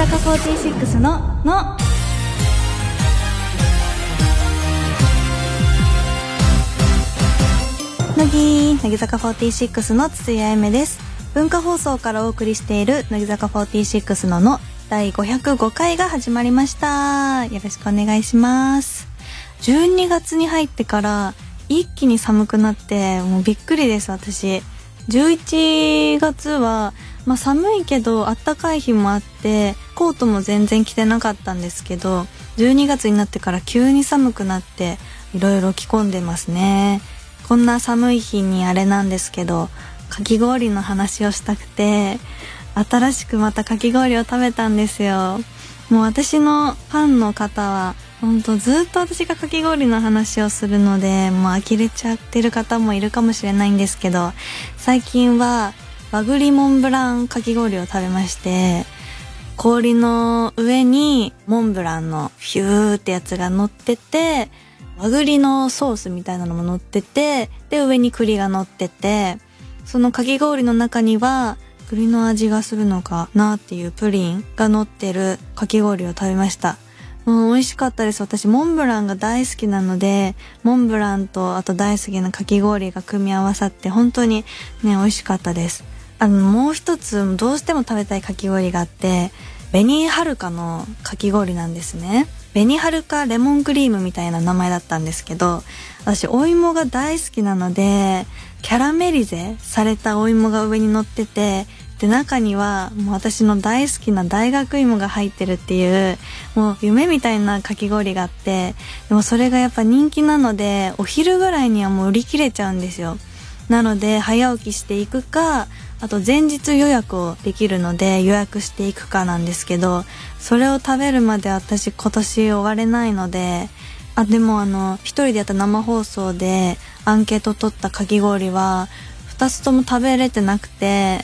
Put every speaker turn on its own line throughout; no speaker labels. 46のの乃木乃木坂46の筒井あゆめです文化放送からお送りしている乃木坂46のの第505回が始まりましたよろしくお願いします12月に入ってから一気に寒くなってもうびっくりです私11月は、まあ、寒いけどあったかい日もあってコートも全然着てなかったんですけど12月になってから急に寒くなっていろいろ着込んでますねこんな寒い日にあれなんですけどかき氷の話をしたくて新しくまたかき氷を食べたんですよもう私のファンの方は本当ずっと私がかき氷の話をするのでもう呆れちゃってる方もいるかもしれないんですけど最近は和栗モンブランかき氷を食べまして氷の上にモンブランのヒューってやつが乗ってて和栗のソースみたいなのも乗っててで上に栗が乗っててそのかき氷の中には栗の味がするのかなっていうプリンが乗ってるかき氷を食べましたもう美味しかったです私モンブランが大好きなのでモンブランとあと大好きなかき氷が組み合わさって本当にね美味しかったですあのもう一つどうしても食べたいかき氷があって紅はるかのかき氷なんですね紅はるかレモンクリームみたいな名前だったんですけど私お芋が大好きなのでキャラメリゼされたお芋が上に乗っててで中にはもう私の大好きな大学芋が入ってるっていうもう夢みたいなかき氷があってでもそれがやっぱ人気なのでお昼ぐらいにはもう売り切れちゃうんですよなので早起きしていくかあと前日予約をできるので予約していくかなんですけどそれを食べるまで私今年終われないのであでもあの一人でやった生放送でアンケート取ったかき氷は2つとも食べれてなくて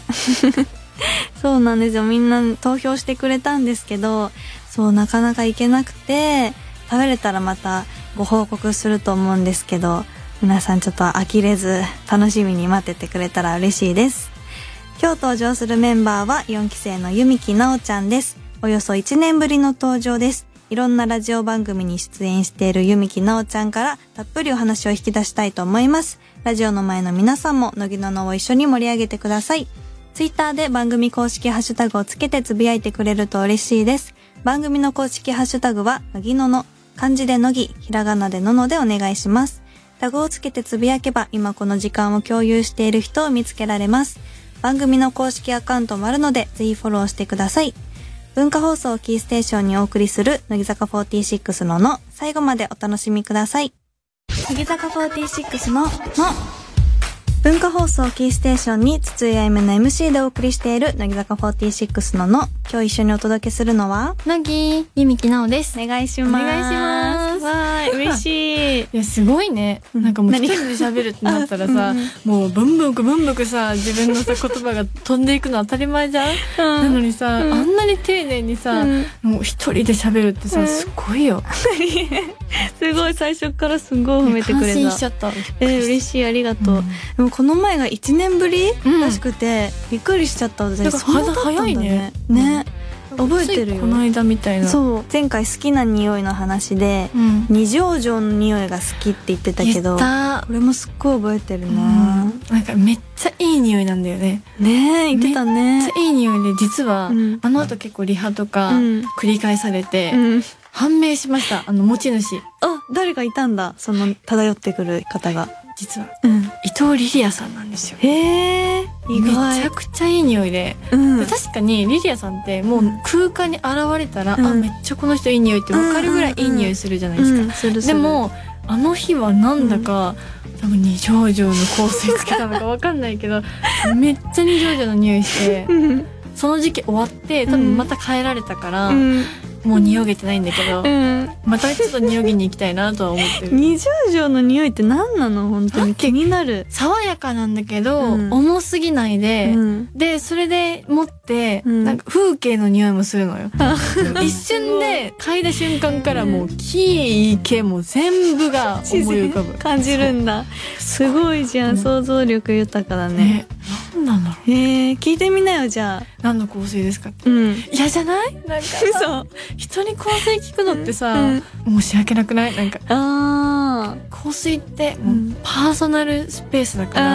そうなんですよみんな投票してくれたんですけどそうなかなか行けなくて食べれたらまたご報告すると思うんですけど皆さんちょっと呆れず楽しみに待っててくれたら嬉しいです今日登場するメンバーは4期生の弓木奈緒ちゃんですおよそ1年ぶりの登場ですいろんなラジオ番組に出演している弓木奈緒ちゃんからたっぷりお話を引き出したいと思いますラジオの前の皆さんも乃木ののを一緒に盛り上げてくださいツイッターで番組公式ハッシュタグをつけてつぶやいてくれると嬉しいです番組の公式ハッシュタグは乃木のの漢字で乃木ひらがなでののでお願いしますタグをつけてつぶやけば今この時間を共有している人を見つけられます番組の公式アカウントもあるのでぜひフォローしてください文化放送をキーステーションにお送りする乃木坂46のの最後までお楽しみください乃木坂46のの文化放送をキーステーションに筒井あゆめの MC でお送りしている乃木坂46のの今日一緒にお届けするのは
乃木ゆみきなおです
お願いします
お願いします
わーい嬉しい
いやすごいねなんかもう一人で喋るってなったらさ、 もうブンブンクブンブンクさ自分のさ言葉が飛んでいくの当たり前じゃん、なのにさ、あんなに丁寧にさ、
うん
もう一人で喋るってさ、
うん
すごいよ
すごい最初からすごい褒めてくれ
感心しち
た
ゃった
えー、嬉しいありがとう、
うん
でもこの前が1年ぶり
うん
らしくて、びっくりしちゃった私
なんか
そんな経ったんだ
早いね
ね覚えてる
つい
よ
この間みたいなう、
そう前回好きな匂いの話で、
ん、
二条城の匂いが好きって言ってたけど
言った
これもすっごい覚えてる
うん
な、
なんかめっちゃいい匂いなんだよね
ねえ言ってた
めっ
ね
ちゃいい匂いで実は、
うん
あの後結構リハとか
うん
繰り返されて、
うん
判明しましたあの持ち主
あ誰かいたんだその漂ってくる方が、
実は
うん、
伊藤リリアさんなんですよ
へえ意
めち
外
ゃくちゃいい匂いで、
うん
で確かにリリアさんってもう空間に現れたら、
うん
あめっちゃこの人いい匂いって分かるぐらいいい匂いするじゃないですか、
うんするす
で
る
もあの日はなんだか、多分二条城の香水つけた のか分かんないけどめっちゃ二条城の匂いして
うん
その時期終わって多分また帰られたから、
うん
もう匂げてないんだけど、
うん
またちょっと匂げに行きたいなとは思ってる
二条城の匂いって何なの本当に 気になる、
爽やかなんだけど、
うん
重すぎないで、
うん
でそれで持って、
うん
なんか風景の匂いもするのよ
あ
一瞬で嗅いだ瞬間からもう木池も全部が思い浮かぶ
感じるんだすごいじゃん、
そう
想像力豊かだね
ね何なんだろ
へえ聞いてみなよじゃあ
う何の香水ですかって
うん
嫌じゃないなんか
嘘
さ
あ
人に香水聞くのってさ、
うん
申し訳なくないなんか
あ
香水って
ん
もうパーソナルスペースだ
ー
から、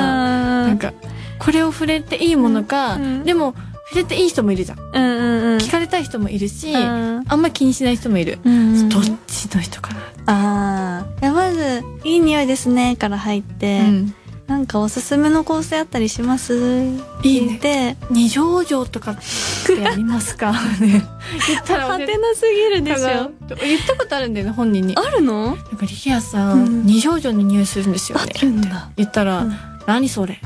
あ
なんかこれを触れていいものか、
うんうん
でも触れていい人もいるじゃん、
うんうんうん
聞かれたい人もいるし、
うん
あんま気にしない人もいる、
うんうん
どっちの人かな、
ああ。いや、まず、いい匂いですね、から入って、
うん
なんかおすすめの香水あったりします
いい
聞
ね
て、
二条城とかってあります かね言ったら
派
教え
手なすぎるでしょ。
言ったことあるんだよね本人に
あるの
なんかリキアさ
うんん
二条城の匂いするんですよね
あるんだ
言ったら
うん
「何そ れ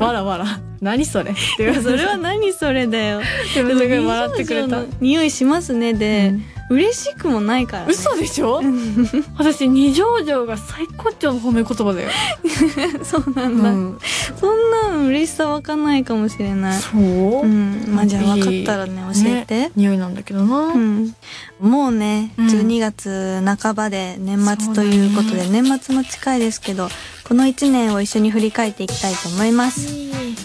わらわら何それ」って言われ
そ
て
れは何それだよ。
でもすごい笑ってくれ
二条
た
城の匂いしますねで、嬉しくもないから、ね。
嘘でしょ私二条城が最高潮の褒め言葉だよ、
そうなん
う
だ。
ん、
そんなん嬉しさわかんないかもしれない。
そう、
うん。まあ、じゃあ分か
いい
ったらね、教えて。
ね匂いなんだけどな、
うん、もうね、
うん
12月半ばで年末ということで、
そ
年末も近いですけどこの1年を一緒に振り返っていきたいと思います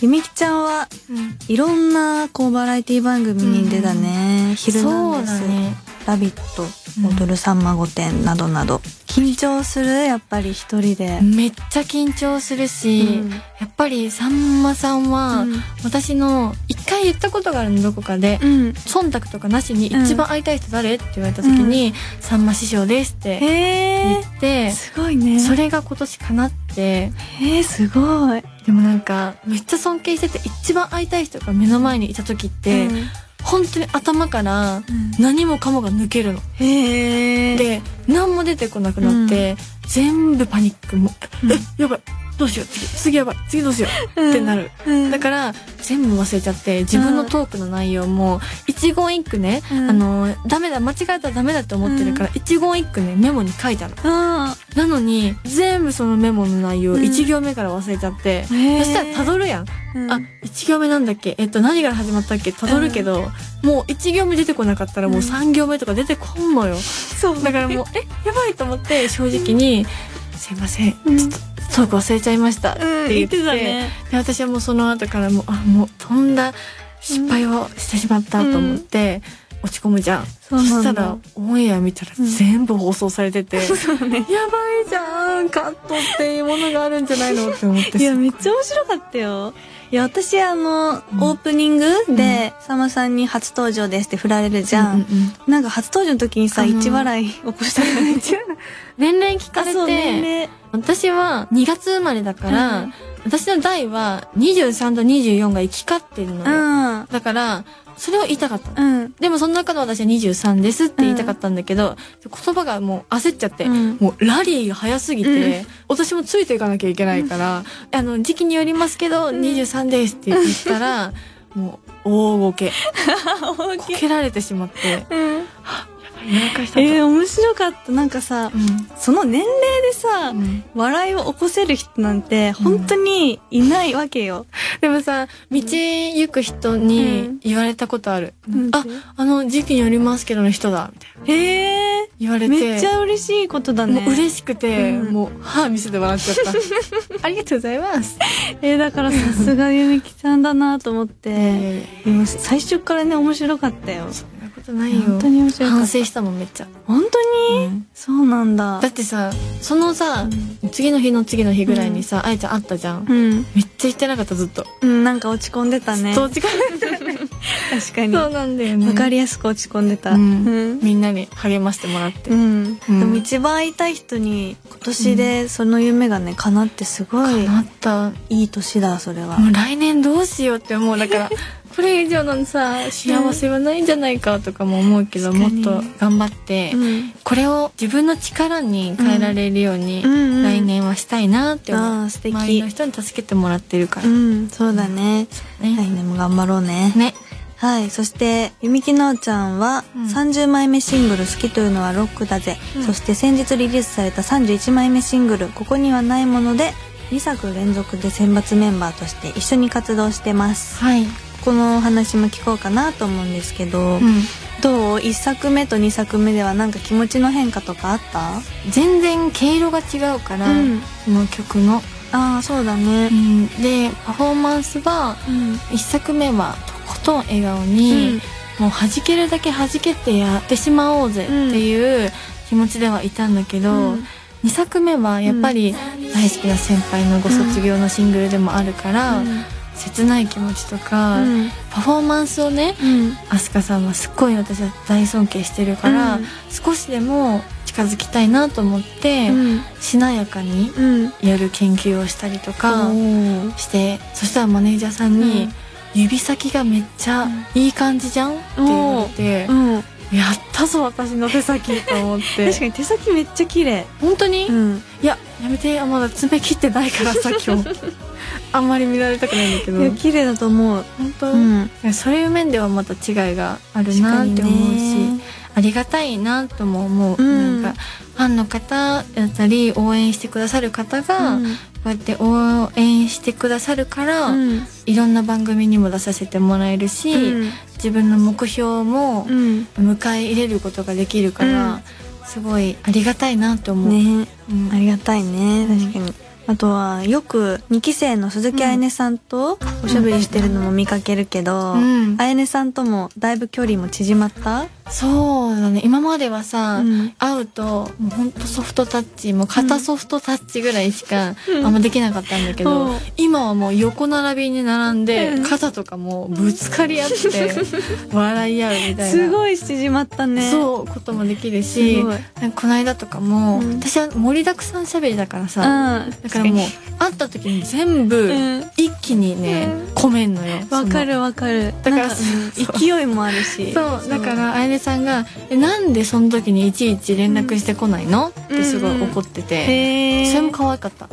ゆみきちゃんは
うん
いろんなこうバラエティ番組に出たね「ヒルナンデス」
そうだね
ラビット」踊るさんま御殿」などなど緊張するやっぱり一人で、
めっちゃ緊張するし、
うん
やっぱりさんまさんは、
うん
私の一回言ったことがあるのどこかで、
うん
忖度とかなしに
うん
一番会いたい人誰って言われた時に、さんま師匠ですって
へ
言
え
って、
すごいね
それが今年かなって
へえすごい
でもなんかめっちゃ尊敬してて一番会いたい人が目の前にいた時って、
うん
本当に頭から何もかもが抜けるの。
へえ
で何も出てこなくなって、全部パニックもう
うん
えやばいどうしよう次次やばい次どうしようってなる、だから全部忘れちゃって自分のトークの内容も一言一句ね、
うん
あのダメだ間違えたらダメだって思ってるから、一言一句ねメモに書いたの
ら
なのに全部そのメモの内容
うん
1行目から忘れちゃって、
そし
そしたらたどるやん、
うん
あ1行目なんだっけえっと何から始まったっけたどるけど、もう1行目出てこなかったらもう3行目とか出てこんのよ、
そう
だからもう、え、やばいと思って、正直に、すいません、
うん
トーク忘れちゃいましたって言って、で、私はもうその後からもう、あ、もう飛んだ失敗をしてしまったと思って、落ち込むじゃん。
そ
そう
なんだ
したら、オンエア見たら
うん
全部放送されて て、
そうね
やばいじゃん、カットっていうものがあるんじゃないのって思って。
いやめっ
ゃ
ちゃ面白かったよいや私あの、
うん
オープニングで、さんまさんに初登場ですって振られるじゃん、なんか初登場の時にさ
あの
一笑い起こしたよね
年齢聞かれ
う
て、
ね
私は2月生まれだから、
うん
私の代は23と24が行き交ってるのよ。
うん
だから、それを言いたかったの。
うん
でもその中で私は23ですって言いたかったんだけど、言葉がもう焦っちゃって、
うん
もうラリーが早すぎて、私もついていかなきゃいけないから、あの、時期によりますけど、
ん
23ですって言った ら、もう大ごけ、
あ大
こ
きい
けられてしまって、やば
うん
い、やらかしたと。
えー、面白かったなんかさ
うん
その年齢でさ、
うん
笑いを起こせる人なんて本当にいないわけよ、
でもさ、道行く人に言われたことある。
うん
あ、あの、時期によりますけどの人だ、みたいな。
へえ
言われて。
めっちゃ嬉しいことだね
もう嬉しくて、
うん
もう歯見せて笑っちゃった ありがとうございます、
えーだからさすがゆみきさんだなと思って、
え
でも最初からね面白かったよ
そんなことないよ
本当に面白かった
反省したもんめっちゃ、
本当に、
うん
そうなんだ
だってさそのさ、次の日の次の日ぐらいにさ、あやちゃん会ったじゃん、
うん、
めっちゃ行ってなかったずっと
うん、なんか落ち込んでたね
ずっと
確
時間
かに
そう
わ
なんだよね
かりやすく落ち込んでた
う
うん
ん、
うん
みんなに励ましてもらって、うん
でも一番会いたい人に今年でその夢がね叶ってすごい
なった
いい年だそれは
もう来年どうしようって思うだから これ以上のさ幸せはないんじゃないかとかも思うけど、
うん
も
確かに
っと頑張って、
うん
これを自分の力に変えられるように、
うんうん
来年はしたいなって思う、
ああ素敵
周りの人に助けてもらってるから
う、んそうだね
ね,、
来年も頑張ろうね
ね
はい。そして、ゆみきなおちゃんは、
うん
30枚目シングル好きというのはロックだぜ。
うん
そして先日リリースされた31枚目シングル、ここにはないもので、2作連続で選抜メンバーとして一緒に活動してます。
はい、
このお話も聞こうかなと思うんですけど、
うん、
どう ?1 作目と2作目ではなんか気持ちの変化とかあった
全然毛色が違うから、
うん
その曲の
ああそうだね
うん、でパフォーマンスは
うん
1作目はとことん笑顔に、もう弾けるだけ弾けてやってしまおうぜっていう気持ちではいたんだけど、
うん
2作目はやっぱり大好きな先輩のご卒業のシングルでもあるから、切ない気持ちとか、
うん
パフォーマンスをね
うん
飛鳥さんはすっごい私は大尊敬してるから、
うん
少しでも近づきたいなと思って、
うん
しなやかに
うん
やる研究をしたりとか。
おー
してそしたらマネージャーさん
う
に
ん
「指先がめっちゃいい感じじゃん」って言われて
うん
「やったぞ私の 手先」と思っ
確
て
かに手先めっちゃ綺麗
本当に、い
ん
ややめてあまだ爪切ってないからさ 今日あんまり見られたくないんだけど
いや綺麗だと思う
本当、
うん
いやそういう面ではまた違いがあるなって思うし、ありがたいなとも思う、
うん
なんかファンの方だったり応援してくださる方が、こうやって応援してくださるから、
うん
いろんな番組にも出させてもらえるし、自分の目標も
うん
迎え入れることができるから、すごいありがたいなと思う、
ね
うん
ありがたいね
うん
確かにあとはよく2期生の鈴木あやねさんとおしゃべりしてるのも見かけるけど
うん
あやねさんともだいぶ距離も縮まった
そうだね今まではさ、
うん
会うともうほんとソフトタッチもう片ソフトタッチぐらいしか
うん
あんまできなかったんだけど、
うん
今はもう横並びに並んで
うん
肩とかもうぶつかり合って笑い合うみたいな
すごい縮まったね
そうこともできるし
すごい
なんかこの間とかも、
うん
私は盛りだくさんしゃべりだから
うん
さ、だからもう会った時に全部
うん
一気にね、
う
込めんのよ
わか
そ
るわかる
だから
なん
そう
うん勢いもあるし
のそうだからあやねさんが「えなんでその時にいちいち連絡してこないの?」ってすごい怒ってて、
へえ
それも可愛かった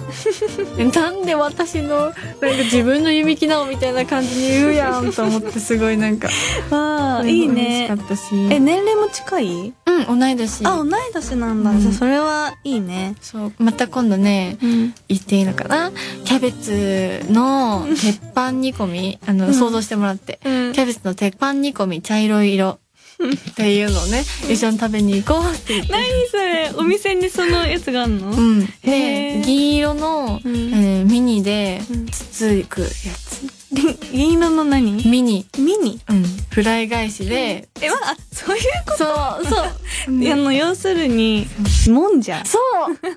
えなんで私のなんか自分の指きなおみたいな感じに言うやんと思ってすごいなんか
わあいいね
嬉しかったし
え年齢も近い
うん同い年
あ同い年なんだ、
うん
じゃあそれはいいね
そうまた今度ね
うん
言っていいのかなキャベツの鉄板煮込み、あ
う
の、
ん
想像してもらって。
うん
キャベツの鉄板煮込み茶色 い色っていうのをね、一緒に食べに行こうって言って。
何それお店にそのやつがあんの
うん。
へー、
で銀色の、
う
え
ん
ーミニで
うん
つつくやつ。
銀色の何ミ
ミニ。
ニ
うん。フライ返しで、
えわあそういう
そう、そう。
いやあの要するにもんじゃ
そ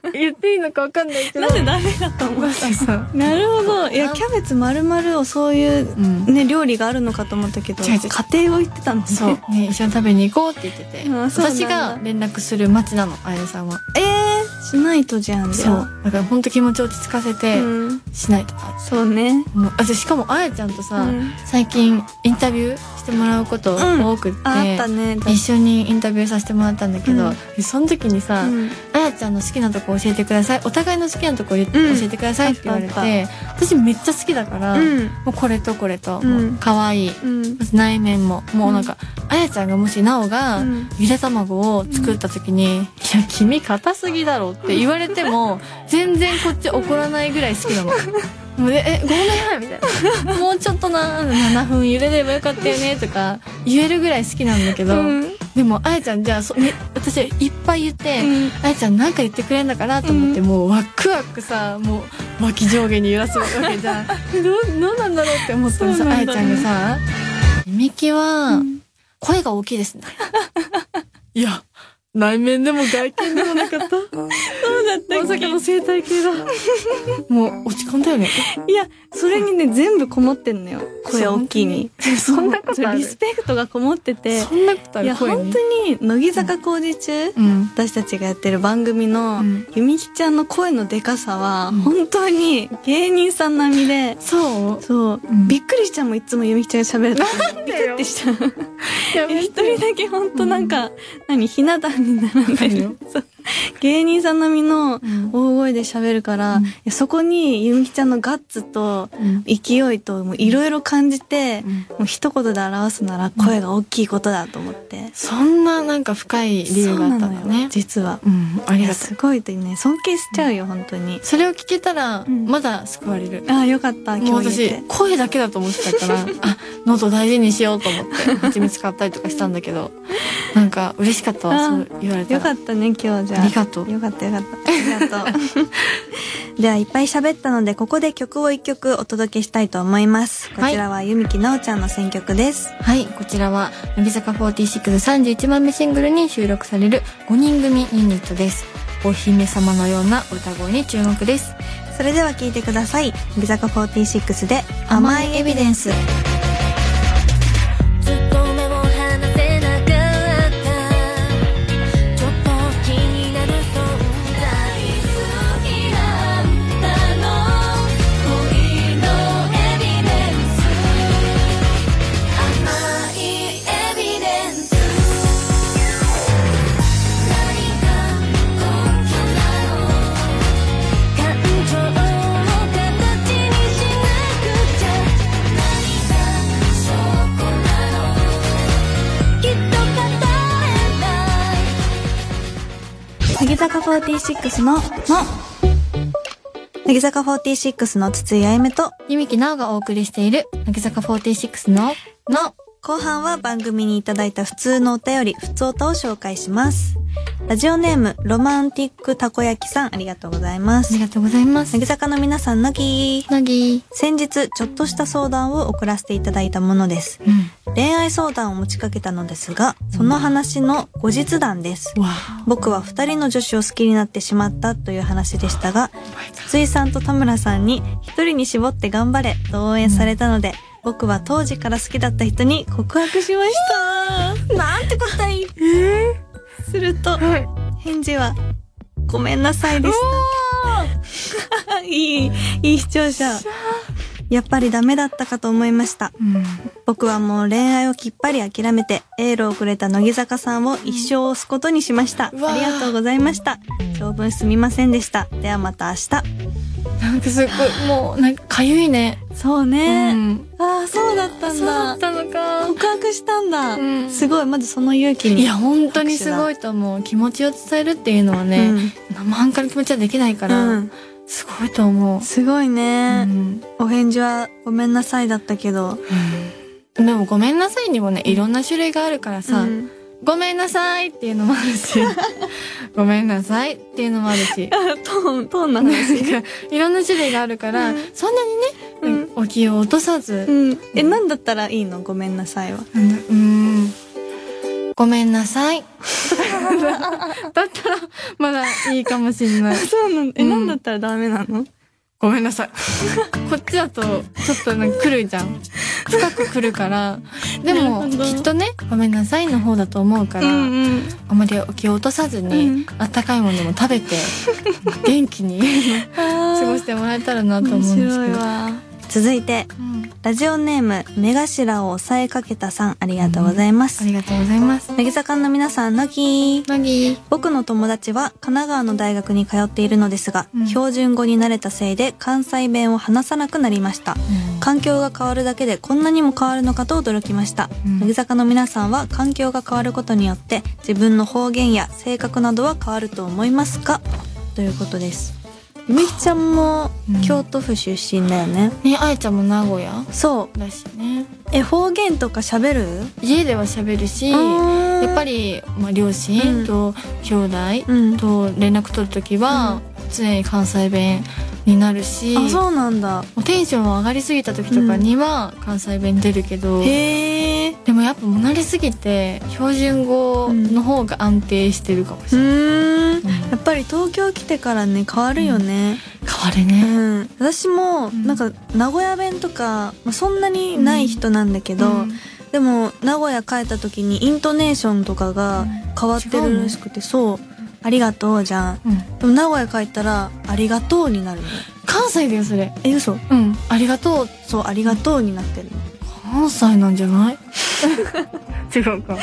う言っていいのかわかんないけど。
なんでダメだと思
な
っ
ん
た
でさ
なるほどいやキャベツ丸々をそういう
うん。
ね料理があるのかと思ったけど
違う違う
家庭を言ってたのね
そう。ね、一緒に食べに行こうって言ってて。
うんそうなんだ
私が連絡する街なの、あやさんは。
えー、しないとじゃんじ
そ
ゃあ
う。だから本当気持ち落ち着かせて、
うん
しないとか。
そうね
もうあしかもあやちゃんとさ、
うん
最近インタビューしてもらうこと多くって、
ああったね
一緒にインタビューさせてもらったんだけど、
うん
でその時にさ、
うん
あやちゃんの好きなとこ教えてくださいお互いの好きなとこ言って
うん
教えてくださいって言われ
あったあ
て、私めっちゃ好きだから、
うん
もうこれとこれと、
うん
もう可愛い
うん
まず内面ももうなんか、あやちゃんがもしなおが、
うん
ゆで卵を作った時に「いや君硬すぎだろ」って言われて も全然こっち怒らないぐらい好きなの。もうでえごめんみたいな「もうちょっとな7分茹でればよかったよね」とか言えるぐらい好きなんだけ
う
ど、
ん
でもあやちゃんじゃあそめ私いっぱい言って、
うん
あやちゃんなんか言ってくれんだかなと思って、
う
もうワクワクさもう脇上下に揺らすわけじゃん どうどうなんだろうって思ったら
そ
さ、
う
あ
なん
や
だ
ちゃんがさ「みきは、
うん
声が大きいですね。 いや、内面でも 外見でもなかった。
そうだった
まさかの生態系だ。 もう落ち込んだよね。
いやそれにね全部こもってんのよ声大きいに
そんなことある
リスペクトがこもってて
そんなことあ
いや
る声
本
に。
当に乃木坂工事中、
うん。
私たちがやってる番組の、
うん
ゆみきちゃんの声のでかさは
うん
本当に芸人さん並みで、
そう
そう、
うん
びっくりしちゃうもんいつもゆみきちゃんが喋る と
なんでよ
びっくりしちゃう
や
いや
め
一人だけ本当なんか、何ひな壇に並んでる
わか
そう芸人さん並みの
うん
大声で喋るから、
うん
いやそこにゆみきちゃんのガッツと
うん
勢いともういろいろ感じて、
うん
もう一言で表すなら声が大きいことだと思って、
そんななんか深い理由があったんだ
そうなのよ
ね。
実は
うん、あ
い
り
や
がと
す
う。
ごいとね尊敬しちゃうよ本当に
それを聞けたら、
ん
まだ救われる。
ああよかった
もう
今日言え
私
て
声だけだと思って たからあ喉大事にしようと思 って蜂蜜買ったりとかしたんだけどなんか嬉しかったわ
あ
そう言われた
よからったね今日じゃあ
ありがとう
よかったよかったありがと うではいっぱい喋ったのでここで曲を一曲お届けしたいと思いますこちらは弓木奈緒ちゃんの選曲です
はい、こちらは、乃木坂4631番目シングルに収録される5人組ユニットです。お姫様のような歌声に注目です。
それでは聴いてください乃木坂46で甘いエビデンス
ずっと目を離せなかったちょっと気になる存在好きだったの恋のエビデンス甘いエビデンス何が根拠なの感情を形にしなくちゃ何か根拠なの証拠なのきっと語れない
乃木坂46のの乃木坂46の筒井あゆめと
ゆみきなおがお送りしている、乃木坂46の、の、
後半は番組にいただいた普通のお便り、普通おたを紹介します。ラジオネーム、ロマンティックたこ焼きさん、ありがとうございま
あり
す。
がとうございます
乃。木坂の皆さん、のき
乃木。
先日、ちょっとした相談を送らせていただいたものです。
うん。
恋愛相談を持ちかけたのですが、その話の後日談です。
わ
僕は二人の女子を好きになってしまったという話でしたが、筒井さんと田村さんに一人に絞って頑張れと応援されたので、僕は当時から好きだった人に告白しました。 なんて答え。すると、
はい。
返事は、ごめんなさいでした。 いい、いい視聴者。やっぱりダメだったかと思いました。
うん。
僕はもう恋愛をきっぱり諦めてエールをくれた乃木坂さんを一生押すことにしましたあり
うわー
がとうございました長文すみませんでしたではまた明
なんかすごい、もう、なんか、かゆいね。
日そう
う
ね、
ん。
ああそうだったん
そうだ
だ
ったのか。
告白したんだ、
うん
すごいまずその勇気に
いや、本当にすごいと思う。気持ちを伝えるっていうのはね、生半可な気持ちはできないか
う
ら、
ん、うん、
すごいと思う。
すごいうね、
ん
お返事はごめんなさいだったけど
でも「ごめんなさい」にもねいろんな種類があるからさ「
うん
ごめんなさい」っていうのもある し「ごめんなさい」っていうのもあるし
トーントーンの話
なんかいろんな種類があるから、そんなにね、お気を落とさ
う
ず、
んえ何だったらいいのごめんなさいは
うんごめんなさい」 だったらまだいいかもしれない
そうなん
うん
何だったらダメなの
ごめんなさい。こっちだと、ちょっとなんか来るじゃん。深く来るから。でも、
なるほど
きっとね、ごめんなさいの方だと思うから、
うん
あまりお気を落とさず
う
に
ん、
あったかいものも食べ て、元気に過
過
ごしてもらえたらなと思うんですけど。
続いて
うん
ラジオネーム目頭を押さえかけたさんありがとうございま
あ
す、
りがとうございます。
乃木坂の皆さんのき
乃木。
僕の友達は神奈川の大学に通っているのですが、
うん
標準語に慣れたせいで関西弁を話さなくなりました環境が変わるだけでこんなにも変わるのかと驚きました、
うん
乃木坂の皆さんは環境が変わることによって自分の方言や性格などは変わると思いますかということですゆみきちゃんも
うん
京都府出身だよね、
ね、あやちゃんも名古屋
そう
だしね。
え方言とか喋る
家では喋るし、やっ
や
ぱ
り
り、まあ、両親と兄弟、
うん
と連絡取る時は常に関西弁になるし、
あそうなんだ
もうテンション上がりすぎた時とかには関西弁出るけど、
へえ
でもやっぱもう慣れすぎて標準語の方が安定してるかもし
う
れない、
ーん
うん
やっぱり東京来てからね変わるよね
変わる
う
ね、
ん、私も
ん
なんか名古屋弁とか、まあ、そんなにない人なんだけど、
うん
でも名古屋帰った時にイントネーションとかが変わってるらしくて、そう「ありがとう」じゃん
うん
でも名古屋帰ったら「ありがとう」になるの
関西だよそれ
え嘘
うんありがとう
そう「ありがとう」になってるの
関西なんじゃ ない違うか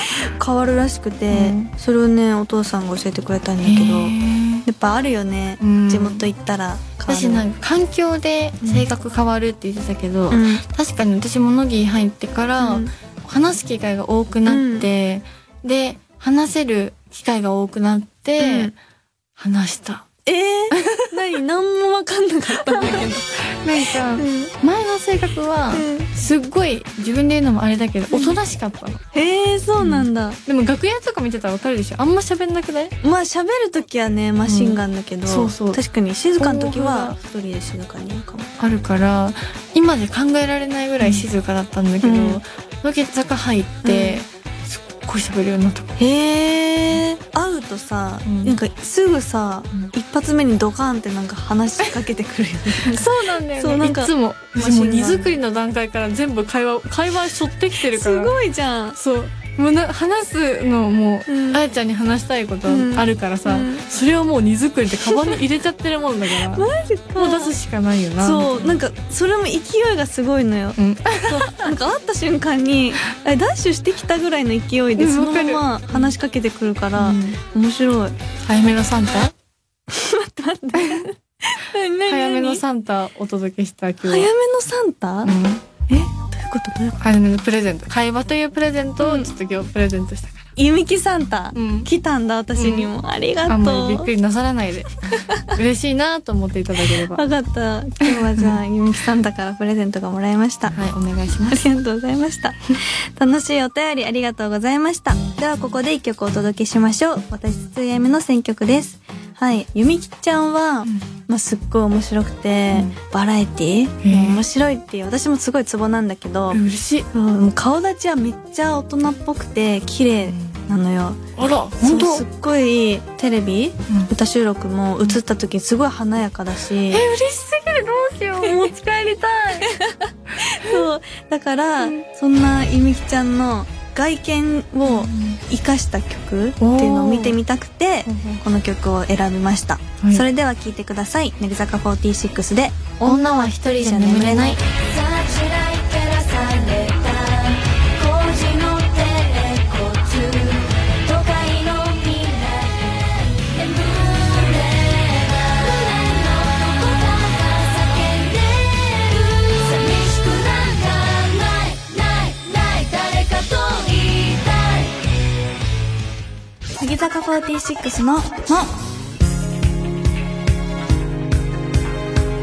変わるらしくて、
うん
それをねお父さんが教えてくれたんだけど、やっぱあるよね、
うん
地元行ったら
私
変わ
な
る
んか環境で性格変わるって言ってたけど、
うん
確かに私も乃木入ってから、
うん
話す機会が多くなって、で話せる機会が多くなって、
うん
話した
えー、何何も分かんなかったんだけど
なんか、前の性格は、すっごい自分で言うのもあれだけどおとなしかったの
へえそうなんだ、
でも楽屋とか見てたらわかるでしょあんま喋んなくない
まあ喋る時はねマシンガンだけど、
うんそうそう
確かに静かの時
大
は一人で静かにいるかも
あるから今で考えられないぐらい静かだったんだけど、
うん
乃木坂入って、すっごい喋るようになった
へえ会うとさ、
うん
なんかすぐさ、
うん
一発目にドカーンってなんか話しかけてくるよね
そうなんだよね
そうなんか
いつも
マシ
私
ンガ
もう
ン
荷造りの段階から全部会話会話しょってきてるか
す
ら
ごいじゃん
そうもうな話すのも、
うん
あやちゃんに話したいことあるからさ、
うん
それをもう荷造りでカバンに入れちゃってるもんだ からも
マジか
う出すしかないよな
そうなんんかそれも勢いがすごいのよ
うん、
そうなんか会った瞬間にえダッシュしてきたぐらいの勢いで
うん
その
わ
ま
かる
ま話しかけてくるから、
うん
面白い
早めのサンタ早
早
めのサンタお届けした今日は
早めのサンタ、
うん
えどういうことどういうこと
早めのプレゼント会話というプレゼント
う
を
ん
ちょっと今日プレゼントしたから、
ゆみきサンタ、
うん
来たんだ私にも、ありが
あんま
と
りびっ
う
くりなさらな いで嬉しいなと思っていただければは
分かった今日はじ ゃあゆみきサンタからプレゼントがもらいました、
いお願いし
あ
ます
りがとうございま した。楽しいお便りありがとうございました。ではここで一曲お届けしましょう。私、つやめの選曲です。はい。ゆみきちゃんは、
ん
まあ、すっごい面白くて、
うん
バラエティー
へえ
もう面白いっていう、私もすごいツボなんだけど、
嬉しい
うんもう顔立ちはめっちゃ大人っぽくて、綺麗なのよ。
あら本
そう
当
すっごいテレビ、
うん
歌収録も映った時すごい華やかだし、
嬉しすぎるどうしよう持ち帰りたい
そうだから、そんなゆみきちゃんの外見を生かした曲っていうのを見てみたくてこの曲を選びました、
はい
それでは聴いてください乃木坂46で
女は一人
じゃ眠れな
「
い
サーチライト照らされた」「工事のテレコツ」「都会の未来へ眠れば」「胸のことが叫んでる」「寂しくなんかないないない誰かと言いたい」
乃木坂46の「の」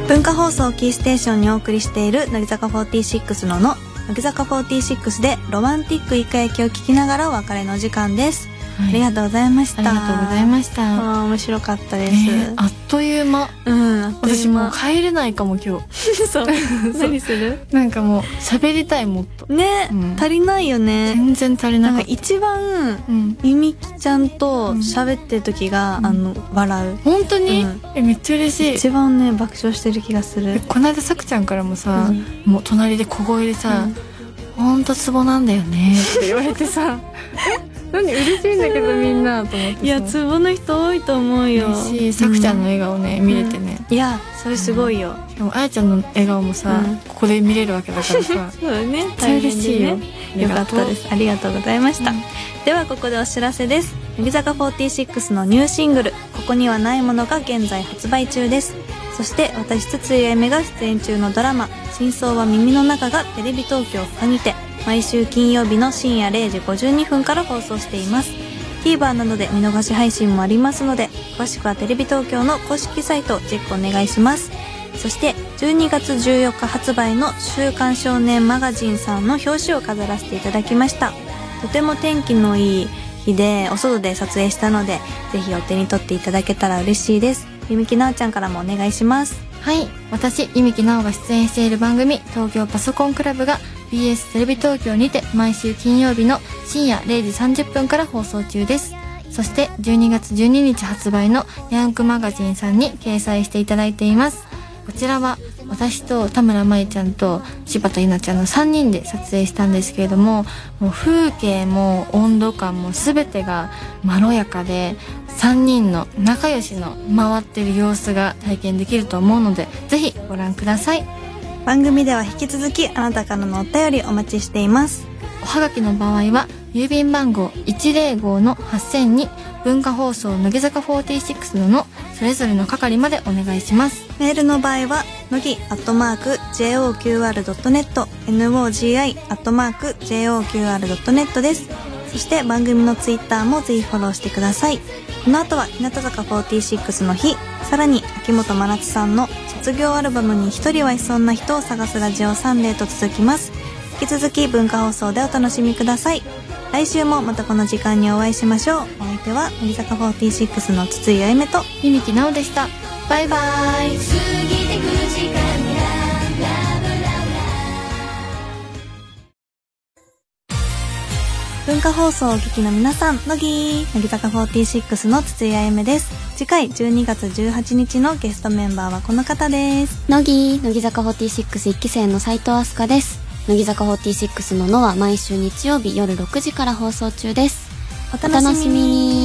文化放送キーステーションにお送りしている乃木坂46の「の」乃木坂46でロマンティックイカ焼きを聞きながらお別れの時間です、あり
あ
がとうございました
りがとうございました、
あー面白かったです、
ねあっという間
うんあっとい
私
う
もう
間
帰れないかも今日
そう何する
なんかもう喋りたいもっと
ね、
うん
足りないよね
全然足り
な
なん
か
かった
一番
うん
ゆみきちゃんと喋ってる時が、
うん
あの笑う
本当に、
うん
えめっちゃ嬉しい
一番ね爆笑してる気がす
え
る
この間さくちゃんからもさ、
うん
もう隣で小声でさ
う
「ほんとツボなんだよね」って言われて さえ何嬉しいんだけどみんなと思ってさ
いやツボの人多いと思うよ
嬉しいさくちゃんの
う
笑顔ね、見れてね
いやそれすごいよ、
でもあやちゃんの笑顔もさ、
うん
ここで見れるわけだか らさ
そうだね
めっちゃ嬉しい
対
よ、
面でねよかったですすありがとうございました、
うん
ではここでお知らせです乃木坂46のニューシングル「ここにはないもの」が現在発売中ですそして私筒井あゆめが出演中のドラマ「真相は耳の中」がテレビ東京他にて毎週金曜日の深夜0時52分から放送しています TVer などで見逃し配信もありますので詳しくはテレビ東京の公式サイトをチェックお願いしますそして12月14日発売の「週刊少年マガジン」さんの表紙を飾らせていただきましたとても天気のいい日でお外で撮影したのでぜひお手に取っていただけたら嬉しいですゆみきなおちゃんからもお願いします
はい私ゆみきなおが出演している番組「東京パソコンクラブ」が BS テレビ東京にて毎週金曜日の深夜0時30分から放送中ですそして12月12日発売の「ヤンクマガジン」さんに掲載していただいていますこちらは私と田村舞ちゃんと柴田ゆなちゃんの3人で撮影したんですけれどももう風景も温度感も全てがまろやかで3人の仲良しの回ってる様子が体験できると思うのでぜひご覧ください
番組では引き続きあなたからのお便りお待ちしています
おはがきの場合は郵便番号105-8000に文化放送乃木坂46ののそれぞれの係までお願いします
メールの場合はのぎアットマーク JOQR.net nogi アットマーク JOQR.net ですそして番組のツイッターもぜひフォローしてくださいこの後は日向坂46の日さらに秋元真夏さんの卒業アルバムに一人はいそうな人を探すラジオサンデーと続きます引き続き文化放送でお楽しみください来週もまたこの時間にお会いしましょうお相手は乃木坂46の筒井あゆめと
ゆみきなおでしたバイバイ
過ぎてく時間がラブラブ
文化放送をお聞きの皆さん、乃木乃木坂46の筒井あゆめです。次回12月18日のゲストメンバーはこの方です。
乃木乃木坂46一期生の斉藤飛鳥です乃木坂46の「の」は毎週日曜日夜6時から放送中です
お
お
楽
楽
し
し
み
み
に。
に